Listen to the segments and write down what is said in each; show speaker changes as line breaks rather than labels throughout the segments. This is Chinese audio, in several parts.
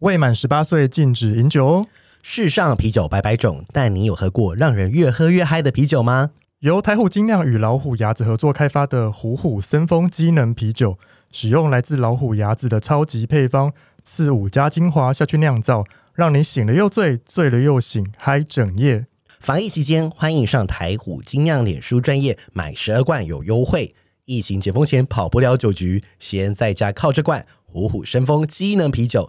未满十八岁禁止饮酒哦。
世上啤酒百百种，但你有喝过让人越喝越嗨的啤酒吗？
由台虎精酿与老虎牙子合作开发的虎虎森风机能啤酒，使用来自老虎牙子的超级配方刺五加精华下去酿造，让你醒了又醉，醉了又醒，嗨整夜。
防疫期间，欢迎上台虎精酿脸书专业买十二罐有优惠。疫情解封前跑不了酒局，先在家靠这罐虎虎生风机能啤酒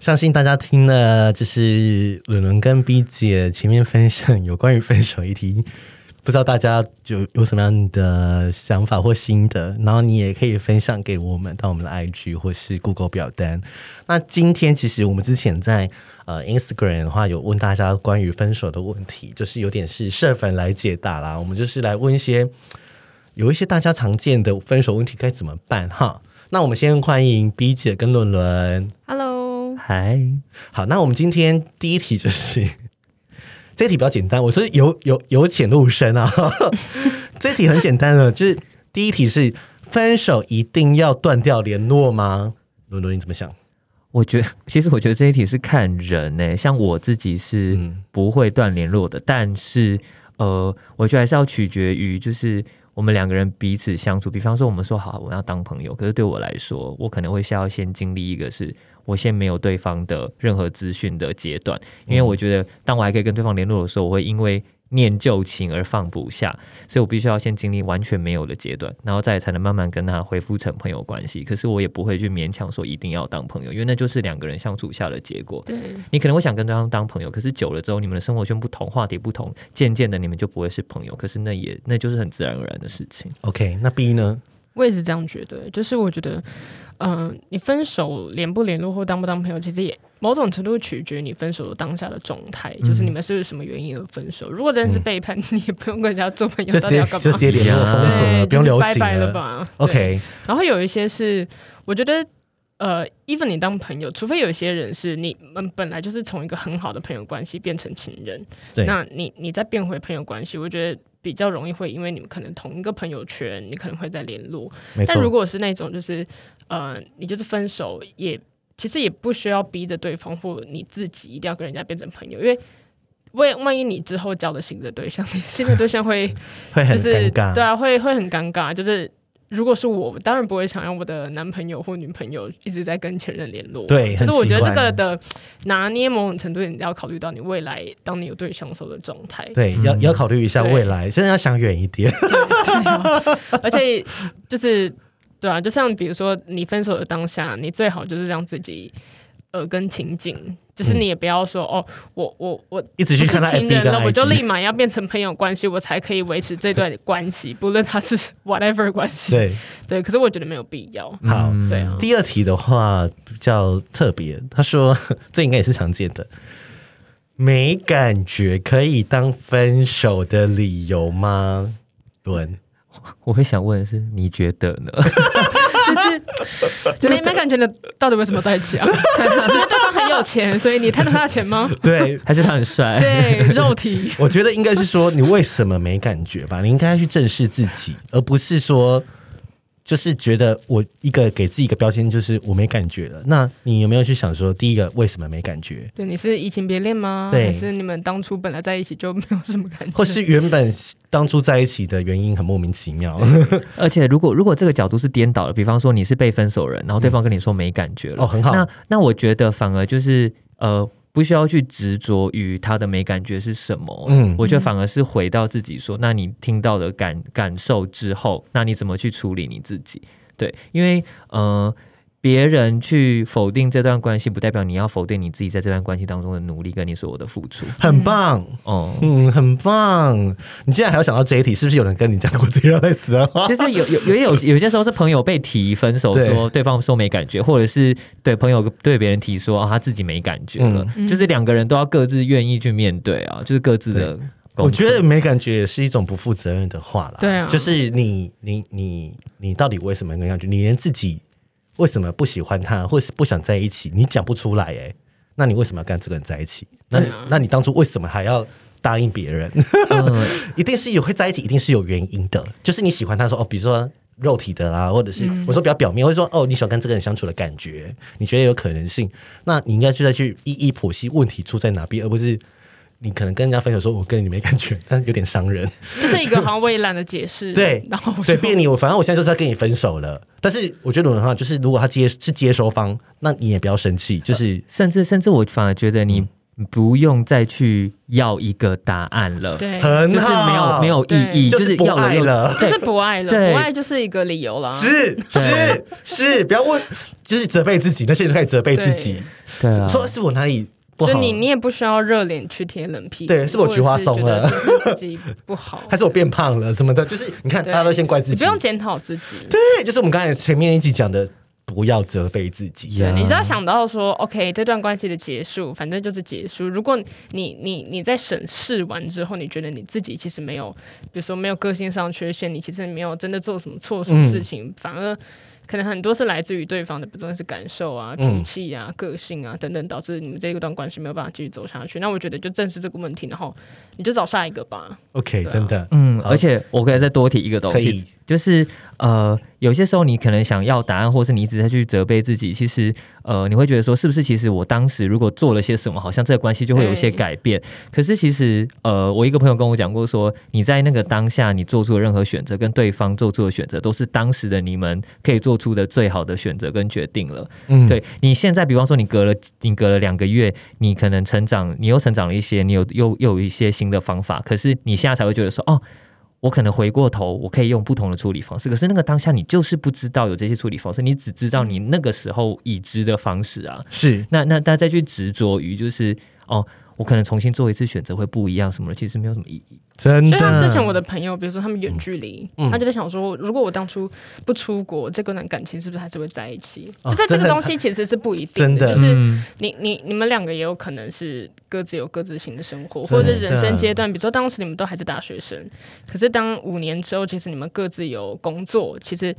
相信大家听了就是伦伦跟 B 姐前面分享有关于分手议题，不知道大家有有什么样的想法或心得，然后你也可以分享给我们到我们的 IG 或是 Google 表单。那今天其实我们之前在呃 Instagram 的话有问大家关于分手的问题，就是有点是社粉来解答啦，我们就是来问一些有一些大家常见的分手问题该怎么办哈。那我们先欢迎 B 姐跟伦伦。
Hello，
嗨，
好，那我们今天第一题就是 这题比较简单，我是由由由浅入深啊。 这题很简单的，就是第一题是分手一定要断掉联络吗？伦伦你怎么想？
我觉 得其实我觉得这一题是看人呢、欸像我自己是
嗯
不会断联络的，但是呃，我觉得还是要取决于就是我们两个人彼此相处。比方说，我们说好我们要当朋友，可是对我来说，我可能会需要先经历一个是我先没有对方的任何资讯的阶段，因为我觉得当我还可以跟对方联络的时候，我会因为念旧情而放不下，所以我必须要先经历完全没有的阶段，然后再才能慢慢跟他恢复成朋友关系。可是我也不会去勉强说一定要当朋友，因为那就是两个人相处下的结果。
对，
你可能会想跟对方当朋友，可是久了之后，你们的生活圈不同，话题不同，渐渐的你们就不会是朋友。可是那也那就是很自然而然的事情。
OK，那 B 呢？
我也是这样觉得。就是我觉得，嗯、你分手联不联络或当不当朋友，其实也某种程度取决于你分手的当下的状态，就是
嗯
你们是不是什么原因而分手。如果真的是背叛， 你也不用跟人家做朋友，
就
到
直
底
接
要干
就直
嘛？
接联络封锁了，
对，
不用
就是
留
拜
情
拜了
了。
吧。对
OK，
然后有一些是，我觉得。呃，even 你当朋友，除非有一些人是你们本来就是从一个很好的朋友关系变成情人，
对
那你你再变回朋友关系，我觉得比较容易会因为你们可能同一个朋友圈，你可能会再联络。
没
但如
错。
果是那种就是呃，你就是分手也其实也不需要逼着对方或你自己一定要跟人家变成朋友，因为。万万一你之后交的新的对象， 你新的对象会
会很
就是
尴尬，
对啊，会会很尴尬。就是如果是我，我当然不会想让我的男朋友或女朋友一直在跟前任联络。
对
就
很
是我觉得
奇
这
怪
个的拿捏某种程度，你要考虑到你未来当你有对象的时候的状态。
对，要要考虑一下
对
未来，真的要想远一点。
而且就是对啊，就像比如说你分手的当下，你最好就是让自己呃耳根清净，就是你也不要说、哦，我我我
一直
不
去嗯
是
看他
情
FB
人
跟
了，我就
IG
立马要变成朋友关系，我才可以维持这段关系，不论他是 whatever 关系。
对，
对，可是我觉得没有必要。
嗯
好，
对 啊，
第二题的话比较特别，他说 这应该也是常见的，没感觉可以当分手的理由吗？伦，
我会想问的是，你觉得呢？
就没没感觉的，到底为什么在一 起啊？因为对方很有钱，所以你贪图他的 钱吗？
对
还是他很帅？
对，肉体。
我觉得应该是说你为什么没感觉吧，你应该去正视自己，而不是说就是觉得我一个给自己一个标签就是我没感觉了。那你有没有去想说，第一个为什么没感觉？
对，你是移情别恋吗？
对
还是你们当初本来在一起就没有什么感觉？
或是原本当初在一起的原因很莫名其 妙。
而且如果如果这个角度是颠倒的，比方说你是被分手人，然后对方跟你说没感觉了，
哦很好
那那我觉得反而就是呃。不需要去执着于他的没感觉是什么，
嗯
嗯，我觉得反而是回到自己说，那你听到的感感受之后，那你怎么去处理你自己？对，因为呃，别人去否定这段关系，不代表你要否定你自己在这段关系当中的努力跟你所有的付出。
很棒，
哦、
嗯，很棒。你竟然还要想到这一题，是不是有人跟你讲过这样类似的 话？
就是有有也有有些时候是朋友被提分手，
对
说对方说没感觉，或者是对朋友对别人提说、啊他自己没感觉了，
嗯
就是两个人都要各自愿意去面对啊，就是各自的功课。
我觉得没感觉也是一种不负责任的话啦。
对啊
就是你你你你到底为什么那样？你连自己为什么不喜欢他，或是不想在一起，你讲不出来哎、那你为什么要跟这个人在一起？那你、
对啊
那你当初为什么还要答应别人？
嗯
一定是有会在一起，一定是有原因的。就是你喜欢他说哦，比如说肉体的啦，或者
嗯
是、我说比较表面，或者说哦，你喜欢跟这个人相处的感觉，你觉得有可能性，那你应该就再去一一剖析问题出在哪边，而不是你可能跟人家分手说我跟你没感觉，但有点伤人。
就是一个好像我也懒得解释，
对
然后我就
随便你，我反正我现在就是要跟你分手了。但是我觉得的话，就是如果他接是接收方，那你也不要生气，就是。
甚至甚至我反而觉得
嗯
你不用再去要一个答案了，
对，
很
就是
好，
没有没有意义，
对
就是不
要了
爱
又
了。
就是不爱了，
对
不爱就是一个理由
啊
啦。
是是是，不要问，就是责备自己，那些人开始责备自己，
对 啊，
说是我哪里不
就
好，
你，你也不需要热脸去贴冷屁股。
对是我菊花松了
或者是觉得是自己
，
不好
还是我变胖了什么的，就是你看大
对
家都先怪自
你不
己，
用检讨自己。
对，就是我们刚才前面一集讲的，不要责备自己，
对，
呀
你只要想到说，OK，这段关系的结束，反正就是结束。如果你你你在审视完之后，你觉得你自己其实没有，比如说没有个性上缺陷，你其实没有真的做什么错什么事情，反而可能很多是来自于对方的，不论是感受啊、
嗯
脾气啊、个性啊等等，导致你们这一段关系没有办法继续走下去。那我觉得就正视这个问题，然后你就找下一个吧。
，OK，
对啊
真的，
嗯，
好
而且我可以再多提一个东
可以
西，就是呃，有些时候你可能想要答案，或是你一直在去责备自己，其实呃，你会觉得说，是不是其实我当时如果做了些什么，好像这个关系就会有一些
对
改变。
嗯
可是其实呃，我一个朋友跟我讲过说，你在那个当下你做出的任何选择，跟对方做出的选择，都是当时的你们可以做出的最好的选择跟决定了。
嗯，
对你现在，比方说你隔了你隔了两个月，你可能成长，你又成长了一些，你有又又有一些新的方法，可是你现在才会觉得说，哦，我可能回过头，我可以用不同的处理方式。可是那个当下你就是不知道有这些处理方式，你只知道你那个时候已知的方式啊。
是，
那那大家再去执着于就是哦。我可能重新做一次选择会不一样什么的，其实没有什么意义。
真
就像之前
的，
我的朋友，比如说他们远距离，
嗯
他就在想说，如果我当初不出国，这个段感情是不是还是会在一起？
哦
就在这
真
个
的
东西其实是不一
真
定
的
就是
嗯，
你你你们两个也有可能是各自有各自新的生活，
真的
或者人生阶段，比如说当时你们都还是大学生，可是当五年之后，其实你们各自有工作，其实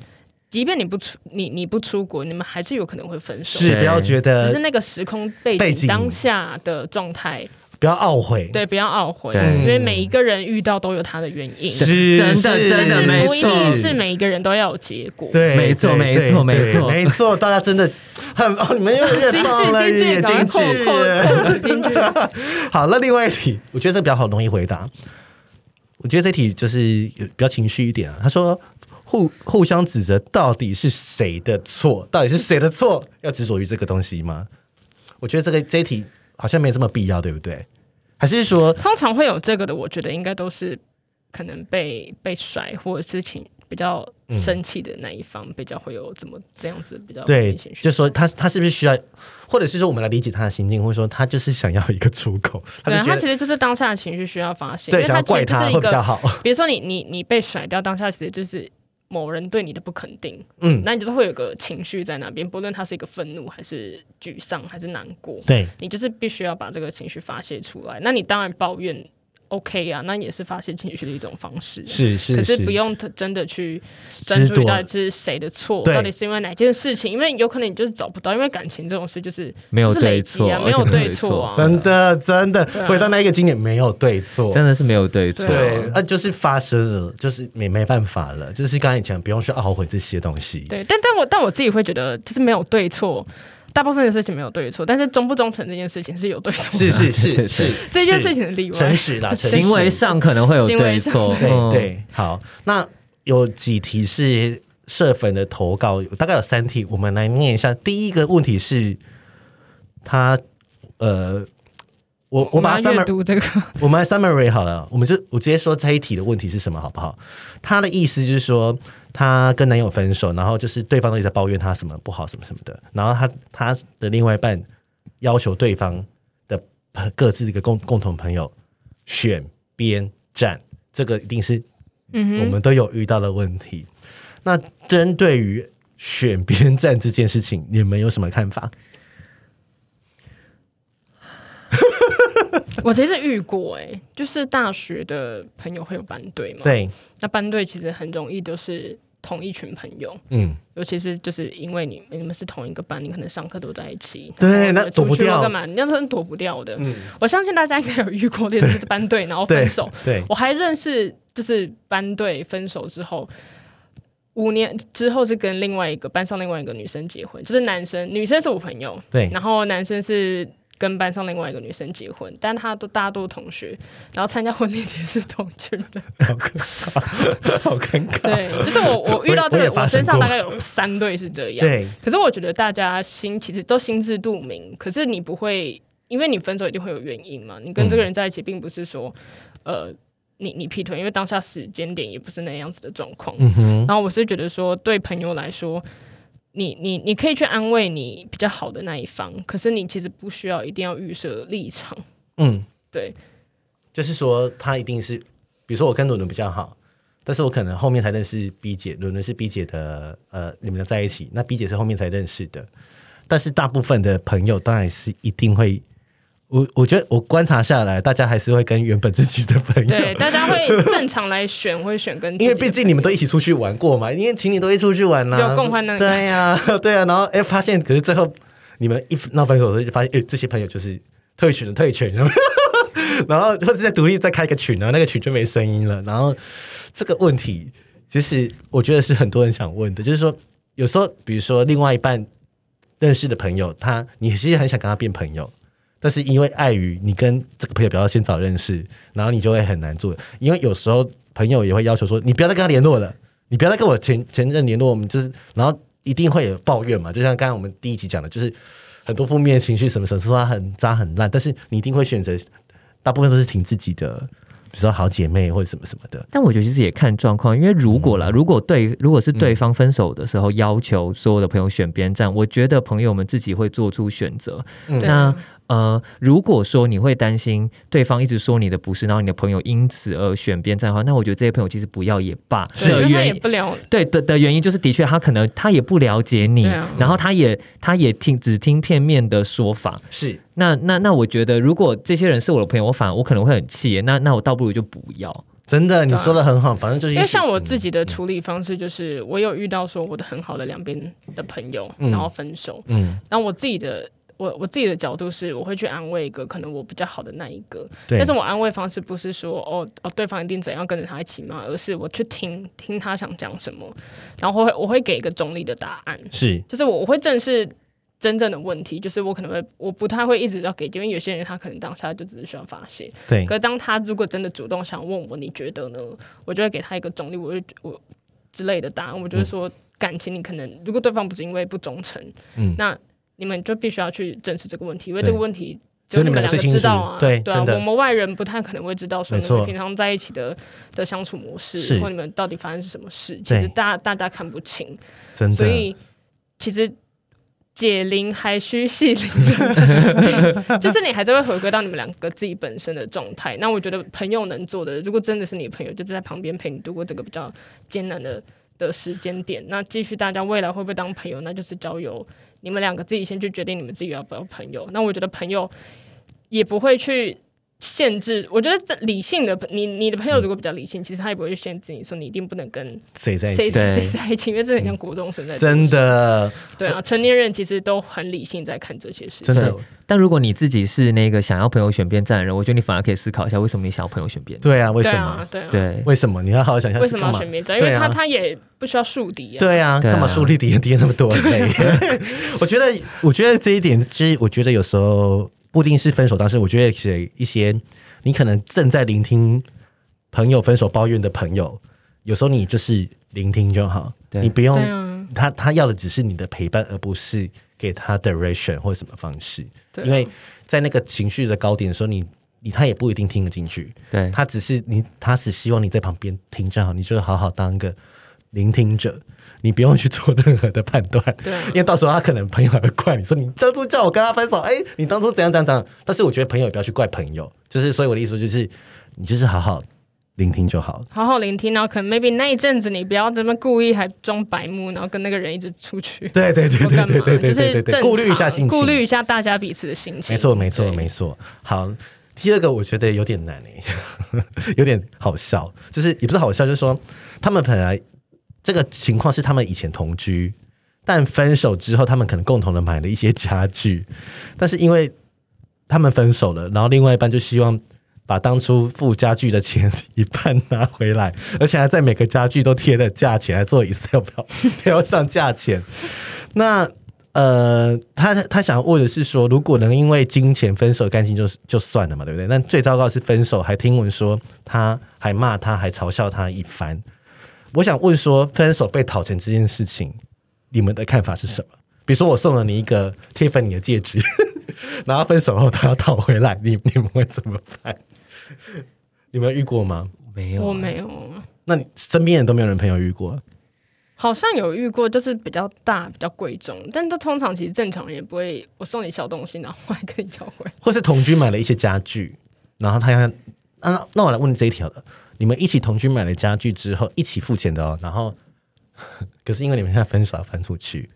即便你不出你你不出国，你们还是有可能会分手。
是不要
对
觉
只是
得
那个时空背
背景
景当下的状态，
不要懊悔，
对，不要懊悔，
对
因为每一个人遇到都有他的原因。
嗯是，
真的
是
但
真的
是
没
不一定
错
是每一个人都要有结果。
对，
没错
对
没
对
错
对
没错
没错，大家真的很哦，你们又越
京
棒了，
剧，
也
京剧，赶快
进
扣
去。
扣扣京剧。
好，那另外一题，我觉得这比较好容易回答。我觉得这题就是有比较情绪一点啊。他说互互相指责到底是谁的错？到底是谁的错？要执着于这个东西吗？我觉得这个这一题好像没这么必要，对不对？还是说
通常会有这个的，我觉得应该都是可能被被甩或者是情比较生气的那一方比较会有怎么这样子比较
对，
情绪
就说他他是不是需要，或者是说我们来理解他的心境，或者说他就是想要一个出口，他
对啊
就
他
觉
其
得
实就是当下的情绪需要发泄，
对
因为
想
他
要怪
其实就是
会
一
比较
个，
好。
比如说你你你被甩掉，当下其实就是某人对你的不肯定，
嗯，
那你就是会有个情绪在那边，不论他是一个愤怒还是沮丧还是难过，
对，
你就是必须要把这个情绪发泄出来。那你当然抱怨 OK 啊，那也是发泄情绪的一种方式、啊
是是
可
是
是不用特真的去专注
执
于
着
到底是谁的错，
对
到底是因为哪件事情，因为有可能你就是找不到，因为感情这种事就是
没有
就是累
对
积
错，
啊，没
而且
有
没
对
有
错
错
啊，
真的真的
对啊
回到那一个经典，没有对错，
真的是没有对啊错。
对
对，
那、就是发生了，就是没没办法了，就是刚才讲不用去懊悔这些东西。
对，但但我但我自己会觉得就是没有对错。大部分的事情没有对错，但是忠不忠诚这件事情是有对错的，
是是
对对
是
对
是，
这件
是
事情的例外
诚。实 啦，诚实
行为上可能会有
行
对
为上
错，
对
嗯
对，好，那有几题是社粉的投稿，大概有三题，我们来念一下。第一个问题是，他呃，我我把它
们要阅
summar
读这个，
我们来 summary 好了，我们就我直接说这一题的问题是什么好不好？她的意思就是说，她跟男友分手，然后就是对方都一直在抱怨她什么不好什么什么的，然后她她的另外一半要求对方的朋各自的一个共共同朋友选边站，这个一定是我
嗯哼，
们都有遇到的问题。那针对于选边站这件事情，你们有什么看法？
我其实遇过哎、就是大学的朋友会有班队嘛，，
对，
那班队其实很容易都是同一群朋友，
嗯，
尤其是就是因为你你们是同一个班，你可能上课都在一起，
对
然后你
那
们
躲不
出去
掉
或干嘛？你那是躲不掉的。
嗯
我相信大家应该有遇过类似就是班队，然后分手。
对，
我还认识就是班队分手之后。五年之后是跟另外一个班上另外一个女生结婚，就是男生女生是我朋友，
对
然后男生是跟班上另外一个女生结婚，但他都大家都是同学，然后参加婚礼的也是同一群人，
好尴尬，好尴尬，
对，就是我我遇到这
我也
个，
发
我
生
身上
过
大概有三对是这样，
对，
可是我觉得大家心其实都心知肚明，可是你不会，因为你分手一定会有原因嘛。你跟这个人在一起，并不是说，呃，你你劈腿，因为当下时间点也不是那样子的状况。
嗯哼。
然后我是觉得说，对朋友来说，你你你可以去安慰你比较好的那一方，可是你其实不需要一定要预设立场。
嗯，
对，
就是说他一定是，比如说我跟伦伦比较好，但是我可能后面才认识 B 姐，伦伦是 B 姐的呃，你们在一起，那 B 姐是后面才认识的，但是大部分的朋友当然是一定会。我我觉得我观察下来，大家还是会跟原本自己的朋友，
对，大家会正常来选，会选跟自己
因为
的
毕竟你们都一起出去玩过嘛，因为情侣都会出去玩啊啦、
有共患难
对呀、 对呀、然后哎、发现可是最后你们一闹分手的时候，就发现哎、这些朋友就是退群了，退群了， 然后或者在独立再开一个群，然后那个群就没声音了。然后这个问题，其实我觉得是很多人想问的，就是说有时候，比如说另外一半认识的朋友，他你其实很想跟他变朋友，但是因为碍于你跟这个朋友比较先早认识，然后你就会很难做，因为有时候朋友也会要求说，你不要再跟他联络了，你不要再跟我前前任联络，我们就是，然后一定会有抱怨嘛，就像刚才我们第一集讲的，就是。很多负面的情绪，什么什么说他很渣很烂，但是你一定会选择大部分都是挺自己的，比如说好姐妹或者什么什么的。
但我觉得其实也看状况，因为如果
嗯
啦，如果对如果是对方分手的时候要求所有的朋友选边站，我觉得朋友们自己会做出选择。
嗯
对
那呃，如果说你会担心对方一直说你的不是，然后你的朋友因此而选边站的话，那我觉得这些朋友其实不要也罢。
对因
的
为他
原
也
因
不了
对的的原因就是，的确他可能他也不了解你，
对啊
然后他也他也听只听片面的说法。
是，
那那那，我觉得如果这些人是我的朋友，我反而我可能会很气耶。那那我倒不如就不要。
真的，你说的很好，反正就是
因为像我自
己，
己的处理方式，就是我有遇到说我的很好的两边的朋友，
嗯
然后分手。
嗯，
那我自己的我我自己的角度是，我会去安慰一个可能我比较好的那一个，
对，
但是我安慰方式不是说哦哦对方一定怎样跟着他一起骂，而是我去听听他想讲什么，然后我会我会给一个中立的答案，
是
就是我我会正视。真正的问题就是，我可能会我不太会一直要给，因为有些人他可能当下就只是需要发泄，
对
可，是当他如果真的主动想问我，你觉得呢？我就会给他一个中立，我就我之类的答案，我就会说，感情你可能如果对方不是因为不忠诚，
嗯
那你们就必须要去正视这个问题，因为这个
对
问题。
只有
你
你们
们
两
两
个最
个知
清楚
道啊，
对
对啊，
真的
我们外人不太可能会知道说
没
你们
错
平常在一起的的相处模式
是，
或你们到底发生是什么事，其
对
实大大家看不清，
真的，
所以其实解铃还需系铃人，就是你还是会回归到你们两个自己本身的状态。那我觉得朋友能做的，如果真的是你的朋友，就是在旁边陪你度过这个比较艰难的的时间点。那继续大家未来会不会当朋友，那就是交由你们两个自己先去决定你们自己要不要朋友。那我觉得朋友也不会去。限制，我觉得这理性的你，你的朋友如果比较理性，其实他也不会去限制你说你一定不能跟
谁在一
谁
起？
谁
对
谁在一起，因为这很像国中生在做
真
事
的，呃
对啊，成年人其实都很理性在看这些事情
真。的，
但如果你自己是那个想要朋友选边站的人，我觉得你反而可以思考一下，为什么你想要朋友选边站？
对啊，为
对
什
啊
么？，
对啊，
对
为什么？你要好好想一下，
为什么
干
要
嘛
选？别站？因为
对啊
他他也不需要树敌啊。
对啊，
对啊
干嘛树立敌人敌人那么多？ 对 我觉得，我觉得这一点，其实我觉得有时候不一定是分手当时，我觉得是一些你可能正在聆听朋友分手抱怨的朋友，有时候你就是聆听就好，
对
你不用
对啊，
他他要的只是你的陪伴，而不是给他 direction 或者什么方式，
对啊
因为在那个情绪的高点的时候，你你他也不一定听得进去，
对，
他只是你，他只希望你在旁边听就好，你就好好当一个聆听者，你不用去做任何的判断。
对啊
因为到时候他可能朋友还会怪你说你当初叫我跟他分手，哎、你当初怎样怎样怎样。但是我觉得朋友也不要去怪朋友，就是所以我的意思就是，你就是好好聆听就好了。
好好聆听，然后可能 maybe 那一阵子你不要这么故意还装白目，然后跟那个人一直出去。
对对 对
或
对
干
对
嘛
对对
就是
对对对，
正
顾虑一下
常
心情，
顾虑一下大家彼此的心情。
没错，没错，
对
没错。好，第二个我觉得有点难诶、 有点好笑，就是也不是好笑，就是说他们本来这个情况是他们以前同居，但分手之后，他们可能共同的买了一些家具，但是因为他们分手了，然后另外一半就希望。把当初付家具的钱 一半拿回来，而且还在每个家具都贴了价钱，还做 Excel 表 标上价钱。那呃，他他想问的是说，如果能因为金钱分手感情就就算了嘛，对不对？但最糟糕的是分手还听闻说他还骂他，还嘲笑他一番。我想问说，分手被讨钱这件事情，你们的看法是什么？比如说，我送了你一个 Tiffany 的戒指， 然后分手后他要讨回来，你你们会怎么办？你们有遇过吗？
没有啊，
我没有，
那你身边人都没有人朋友遇过，
好像有遇过，就是比较大、比较贵重，但都通常其实正常人也不会，我送你小东西，然后我还跟你要回来。
或是同居买了一些家具，然后他要，那、那那我来问你这一条了，你们一起同居买了家具之后，一起付钱的哦，然后 可是因为你们现在分手要搬出去，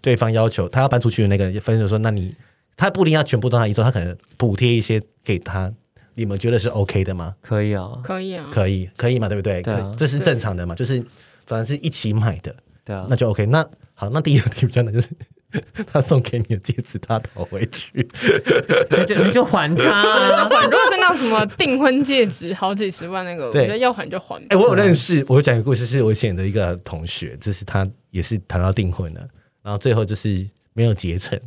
对方要求他要搬出去的那个人分手说，那你他不一定要全部都他一周，他可能补贴一些给他，你们觉得是 OK 的吗？
可以啊，
可以啊，
可以，可以嘛，对不对？
对啊
可这是正常的嘛，就是反正是一起买的，
对啊
那，就 OK。那好，那第一个题比较难，就是 他送给你的戒指，他讨回去。
那就你就还他啊，
还如果是那种什么订婚戒指，好几十万那个，我
对
觉得要还就还吧。
哎、我有
啊
认识，我有讲一个故事，是我以前的一个同学，就是他也是谈到订婚了，然后最后就是没有结成，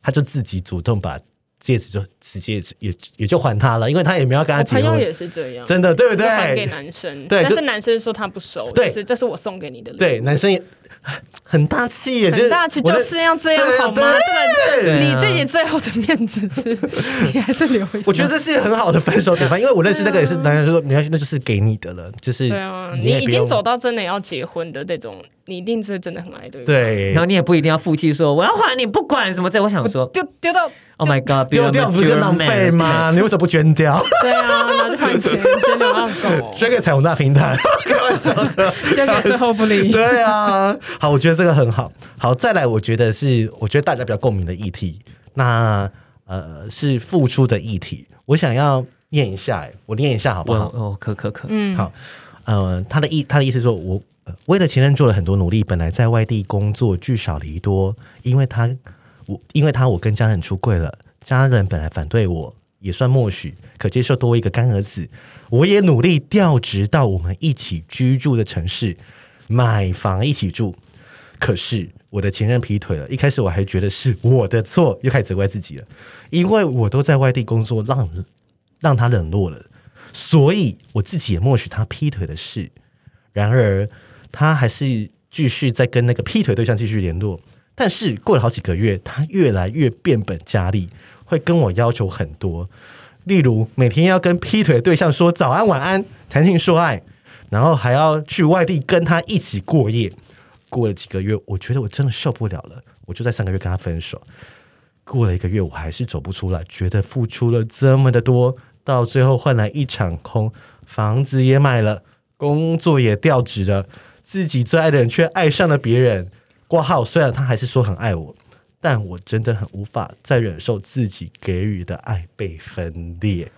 他就自己主动把戒指就直接也也就还他了，因为他也没有要哎跟他
我
结
朋友
婚，
哦也是这样，
真的对不
就还给
对？
男生，
对
但
就是
男生说他不收，
对
就是这是我送给你的礼物，
对，男生也很大气耶，就
很
是
大气，
我
就
认
是要这样
对啊
好吗？这个
对
你
啊
自己最后的面子是，你还是留一下。
我觉得这是很好的分手典范，因为我认识那个也 是男人说，没关系，那就是给你的了，就是
啊对啊，
你
你
也
已
不
经
用
走到真的要结婚的这种，你一定是真的很爱对方。
对
然，后你也不一定要负气说我要还你，不管什么这，我想说
丢丢到
，Oh my God，
丢掉不是浪费？吗？你为什么不捐掉？
对啊，然后就换钱，捐流浪狗，
捐给彩虹大平台。
捐给售后不理。
对啊，好，我觉得这个很好。好，再来，我觉得是我觉得大家比较共鸣的议题，那呃是付出的议题。我想要念一下、欸，我念一下好不
我
好？
哦，可可可，
嗯，
好呃，他的意他的意思是说我、呃为了前任做了很多努力，本来在外地工作，聚少离多，因为他我因为他我跟家人出柜了，家人本来反对我。也算默许，可接受多一个干儿子。我也努力调职到我们一起居住的城市，买房一起住。可是我的前任劈腿了，一开始我还觉得是我的错，又开始责怪自己了，因为我都在外地工作，让让他冷落了，所以我自己也默许他劈腿的事。然而，他还是继续在跟那个劈腿对象继续联络。但是过了好几个月，他越来越变本加厉，会跟我要求很多，例如每天要跟劈腿的对象说早安、晚安，谈情说爱，然后还要去外地跟他一起过夜。过了几个月，我觉得我真的受不了了，我就在上个月跟他分手。过了一个月，我还是走不出来，觉得付出了这么的多，到最后换来一场空，房子也买了，工作也调职了，自己最爱的人却爱上了别人。挂号，虽然他还是说很爱我，但我真的很无法再忍受自己给予的爱被分 裂。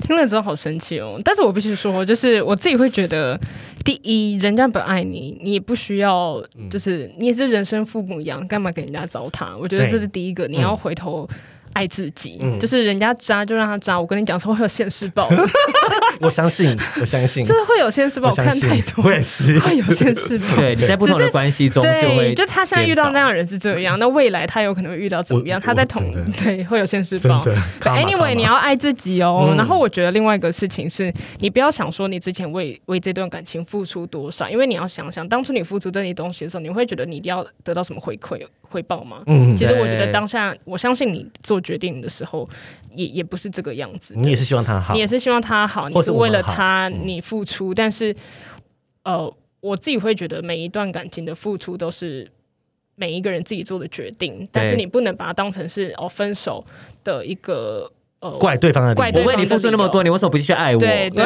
听了之后好生气哦。但是我必须说，就是我自己会觉得，第一，人家不爱你，你也不需要，
嗯
就是你也是人生父母养，干嘛给人家糟蹋？我觉得
对
这是第一个，你要回头。爱自己，
嗯
就是人家渣就让他渣。我跟你讲，是会有现世 报，
我相信，我相信，
就是会有现世报。
我
我
相
看
信
太 多，
我也是。
会有现世报。
对，你在不同
只
的
是
关系中就
对，
会
就他现在遇到那样的人是这样，那未来他有可能会遇到怎么样？
我
他在
我
同
真的
对会有现实
真
报。
的
对
，karma，
，anyway，
karma
你要爱自己哦
嗯。
然后我觉得另外一个事情是，你不要想说你之前为为这段感情付出多少，因为你要想想，当初你付出这些东西的时候，你会觉得你一定要得到什么回馈回报吗？
嗯
其实我觉得
对
当下，我相信你做决定的时候，也也不是这个样子的。
你也是希望他好，
你也是希望他好，
或
你
是
是
我们
为了
好
他
嗯
你付出，但是呃，我自己会觉得每一段感情的付出都是每一个人自己做的决定，但是你不能把它当成是哦分手的一个呃
怪对方的理由
怪
我
对
为你付出那么多，你为什么不继续爱我？
对 对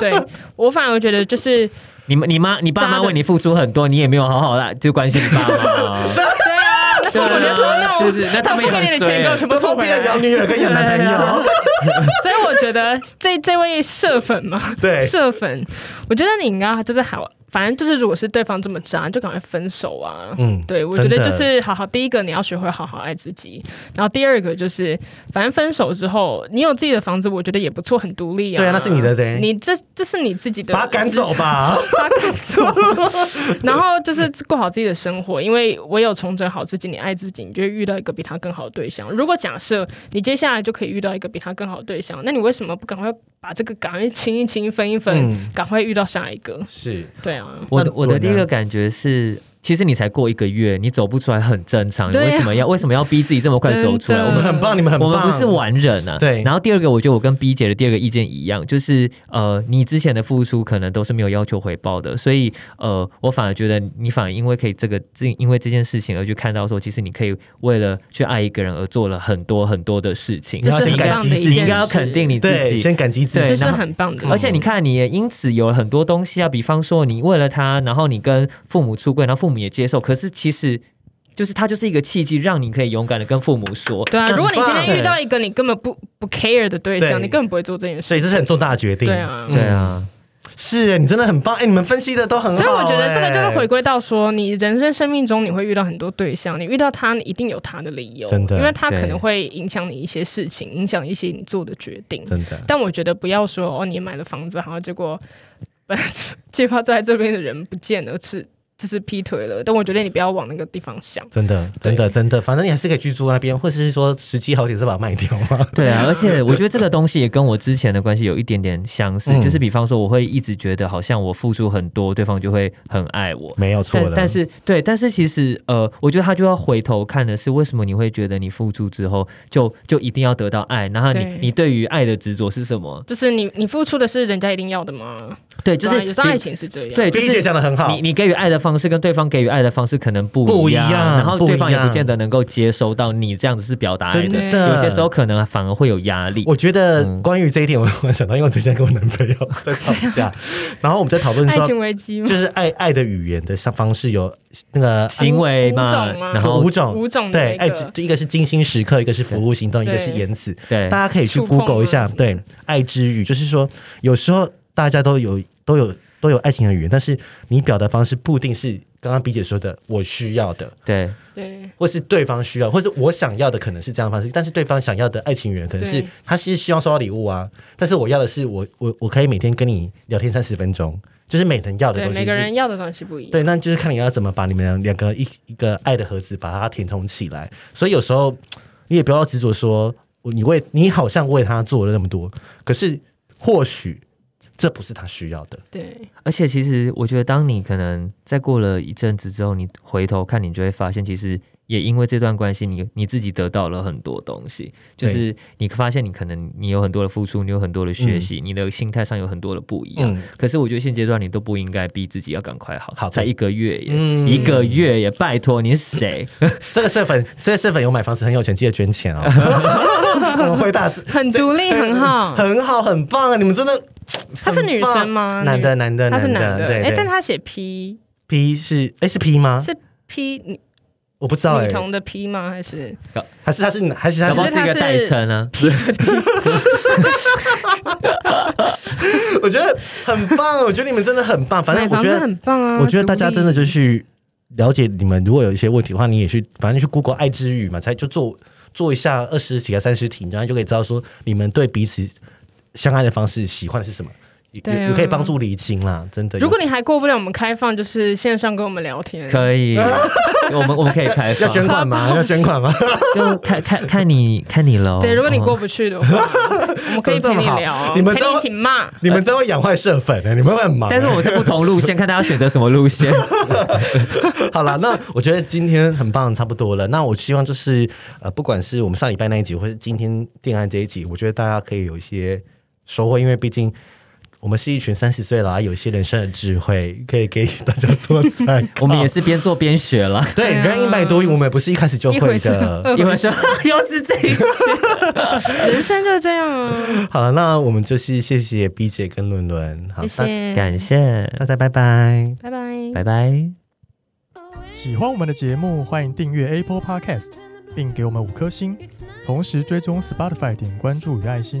对对，我反而觉得就是
你们、你妈、你爸
渣
妈
的
为你付出很多，你也没有好好的就关心你爸妈。
对啊，那父母就说那
就
我。
是那他
那
们
付
也
给
很
你的
衰
钱给我
欸。
全部
不
吐
偷
回
别人
来
养，女儿跟养男朋友，
所以我觉得这这位社粉嘛，
对，
社粉，我觉得你应该就是好，反正就是如果是对方这么渣，就赶快分手啊。
嗯
对，我觉
真的
得就是好好，第一个你要学会好好爱自己，然后第二个就是，反正分手之后，你有自己的房子，我觉得也不错，很独立啊。
对啊那是你的对
你这这是你自己的，
把他赶走，啊吧。
把他赶走。 然后就是过好自己的生活，因为唯有重整好自己，你爱自己，你就会遇到一个比他更好的对象。如果假设你接下来就可以遇到一个比他更好的对象，那你为什么不赶快把这个赶快清一清、分一分
嗯，
赶、快遇到下一个？
是，
对啊，
我的
那
我的第一
我呢
个感觉是，其实你才过一个月，你走不出来很正常。你
对啊
为什么要为什么要逼自己这么快走出
真
来？
的
我
我
们
们很棒，你们很棒，
嗯我们不是完人啊。
对
然后第二个，我觉得我跟 B 姐的第二个意见一样，就是呃，你之前的付出可能都是没有要求回报的，所以呃，我反而觉得你反而因为可以这个这因为这件事情而去看到说，其实你可以为了去爱一个人而做了很多很多的事情。
你要
这是
先
很
感
棒
激
的
自己
一
你
件
应
事，
该要肯定你自
对，
己，
先感激自
对
这
己，
是
然后
很棒的。
而且你看，你也因此有了很多东西啊，比方说你为了他，然后你跟父母出柜，然后父母也接受。可是其实就是他就是一个契机，让你可以勇敢的跟父母说。
对啊，
让
如果你今天
对
遇到一个你根本不不 care 的对象，
对
你根本不会做这件
所以
事。
这是很重大的决定。
对啊
嗯
对，啊，
是你真的很棒，哎，你们分析的都很好，
所以我觉得这个就是回
哎
归到说，你人生生命中你会遇到很多对象，你遇到他，你一定有他的理由，
真的
因为他可
对
能会影响你一些事情，影响一些你做的决定。
真的
但我觉得不要说哦，你买了房子，好，结果本来就计划在这边的人不见了，是就是劈腿了。但我觉得你不要往那个地方想。
真的真的真的，反正你还是可以去住那边，或者是说时机好点是把它卖掉 嘛。
对啊，而且我觉得这个东西也跟我之前的关系有一点点相似，
嗯
就是比方说，我会一直觉得好像我付出很多，对方就会很爱我。
没有错
但
的，
但是对，但是其实呃，我觉得他就要回头看的是，为什么你会觉得你付出之后就就一定要得到爱？然后你
对
你对于爱的执着是什么？
就是你，你付出的是人家一定要的吗？
对，就是
对啊有时候
比
爱情是这样。
对，就
第一
是
节讲的很好
你，你给予爱的方式跟对方给予爱的方式可能不
不一
一样，
样
然后
不
对
一
方也不
样
见得能够接收到你这样子是表达爱
真
的，
的
有些时候。可能反而会有压力。
我觉得
嗯
关于这一点，我突然想到，因为我最近跟我男朋 友在吵架，然后我们在讨论
爱
说，
情危机吗？
就是爱爱的语言的上方式有那个
行为
五
嘛
种，啊
然
有
后
五种，
五种的
对，
那
爱
个
之一个是精心时刻，一个是服务行动，一
对
个是言辞，
对
大，家可以去
触碰啊
Google 一下，
或者是
对，爱之语，就是说有时候大家都有都有都有爱情的语言，但是你表达方式不一定是刚刚 B 姐说的我需要的，
对，
对
或是对方需要，或是我想要的可能是这样的方式，但是对方想要的爱情语言可能是
对
他是希望收到礼物啊，但是我要的是我我我可以每天跟你聊天三十分钟，就是每人要的
对，
东西、
每个人要的东西不一样。
对，那就是看你要怎么把你们两两个一一个爱的盒子把它填充起来。所以有时候你也不要执着说，你为你好像为他做了那么多，可是或许这不是他需要的。
对
而且其实我觉得，当你可能在过了一阵子之后，你回头看，你就会发现，其实也因为这段关系，你你自己得到了很多东西。就
对
是你发现，你可能你有很多的付出，你有很多的学习，你的心态上有很多的不一样。
嗯
可是我觉得现阶段你都不应该逼自己要赶快好，
好的
才一个月耶，
嗯
一个月耶，拜托你 是谁？
这个社粉，这个社粉有买房子很有钱，记得捐钱哦。我们会大致
很独立，很好。
很好，很棒啊！你们真的
她是女生吗？
男的，男的，
女，她是男
的，
的。
对
哎，但
对。
她写 P
P 是哎是 P 吗？
是 P 女
我不知道哎
女，童的 P 吗？还 是
还是他是还是他
搞不好
是？
是一个代称啊。
我觉得很棒，我觉得你们真的很棒。反正
买
我
房
觉
子
得
很棒啊！
我觉得大家真的
独
就
立
去了解你们，如果有一些问题的话，你也去，反正去 Google 爱之语嘛，才就做做一下二十题啊、三十题，然后就可以知道说你们对彼此相爱的方式喜欢的是什么。也
对啊
也可以帮助理清啦，真的。
如果
有
你还过不了，我们开放就是线上跟我们聊天。
可 以，我们我们可以开
要
放，
捐款 吗？要捐款吗？
就看看看你看你喽。
对，如果你过
哦
不 去的话，我们可以陪
怎
你
么这么
聊
好，你们
陪你
这
一起骂。
你们真会养坏社粉哎，你们会很忙欸。
但是我们是不同路线，看大家选择什么 路线。
好了，那我觉得今天很棒，差不多了。那我希望就是呃，不管是我们上礼拜那一集，或是今天电案这一集，我觉得大家可以有一些收获，因为毕竟我们是一群三十岁了啊，有一些人生的智慧可以给大家做参 考。
我们也是边做边学了，
对，人一百多，我们不是一开始就
啊一
会
回是
的。
因为说 又是这一些。
人生就是这样啊，
好了，那我们就是谢谢 B 姐跟伦伦，好，
谢
大
谢，
感谢，
大家拜拜。
拜拜。
拜拜。
喜欢我们的节目，欢迎订阅 Apple Podcast，并给我们五颗星，同时追踪 Spotify 点关注与爱心。